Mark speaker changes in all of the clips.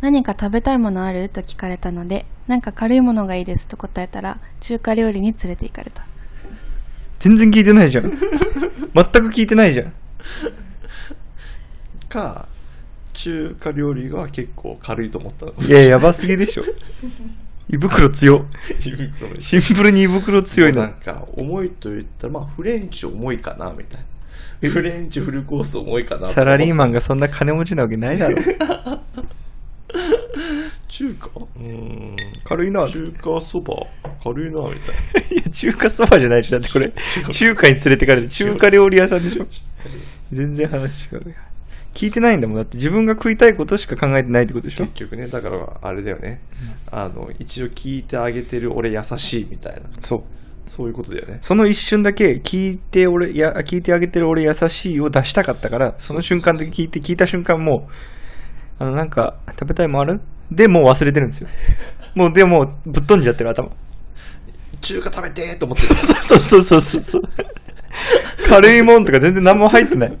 Speaker 1: 何か食べたいものあると聞かれたので、なんか軽いものがいいですと答えたら、中華料理に連れて行かれた。
Speaker 2: 全然聞いてないじゃん。全く聞いてないじゃん。
Speaker 3: か中華料理が結構軽いと思ったのかも
Speaker 2: いや、やばすぎでしょ。胃袋強。
Speaker 3: しれない
Speaker 2: シンプルに胃袋強い
Speaker 3: なん
Speaker 2: な。
Speaker 3: か重いと言ったらまあフレンチ重いかなみたいなフレンチフルコース重いかな
Speaker 2: サラリーマ
Speaker 3: ン
Speaker 2: ンがそんな金持ちなわけないだろ。
Speaker 3: 中華うーん
Speaker 2: 軽いな。い
Speaker 3: 中華そば軽いなみたいな
Speaker 2: や、中華そばじゃないでしょ。だってこれ、中華に連れてかれて、中華料理屋さんでしょ。全然話違うよ。聞いてないんだもん。だって自分が食いたいことしか考えてないってことでしょ
Speaker 3: 結。局ねだからあれだよね、あの一応聞いてあげてる俺優しいみたいな
Speaker 2: そう。
Speaker 3: そういうことだよね
Speaker 2: その一瞬だけ聞いて俺いや聞いてあげてる俺優しいを出したかったからその瞬間だけ聞いて聞いた瞬間もうあのなんか食べたいもんあるでもう忘れてるん ですよもうでもうぶっ飛んじゃってる頭
Speaker 3: 中華食べてーと思ってた
Speaker 2: そうそうそうそうそう軽いもんとか全然何も入ってない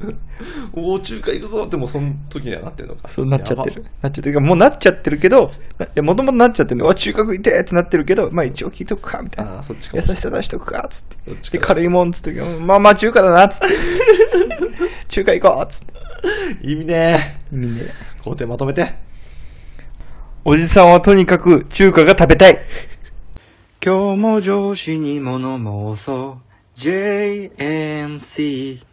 Speaker 3: おお中華行くぞってもうその時にはなってるのか
Speaker 2: そうなっちゃってるなっちゃってるもうなっちゃってるけどないやもともとなっちゃってるのあ中華食いてーってなってるけどまあ一応聞いとくかみた
Speaker 3: や
Speaker 2: い
Speaker 3: ば
Speaker 2: な
Speaker 3: あーそっちか
Speaker 2: 優
Speaker 3: も
Speaker 2: しさ出しとくかっつって
Speaker 3: どっち
Speaker 2: で
Speaker 3: か
Speaker 2: 軽いもんっつってまあまあ中華だなっつって 中華行こうっつって
Speaker 3: 意味ね
Speaker 2: みんな
Speaker 3: ー工程まとめて
Speaker 2: おじさんはとにかく中華が食べたい。今日も上司に物申そう。JMC。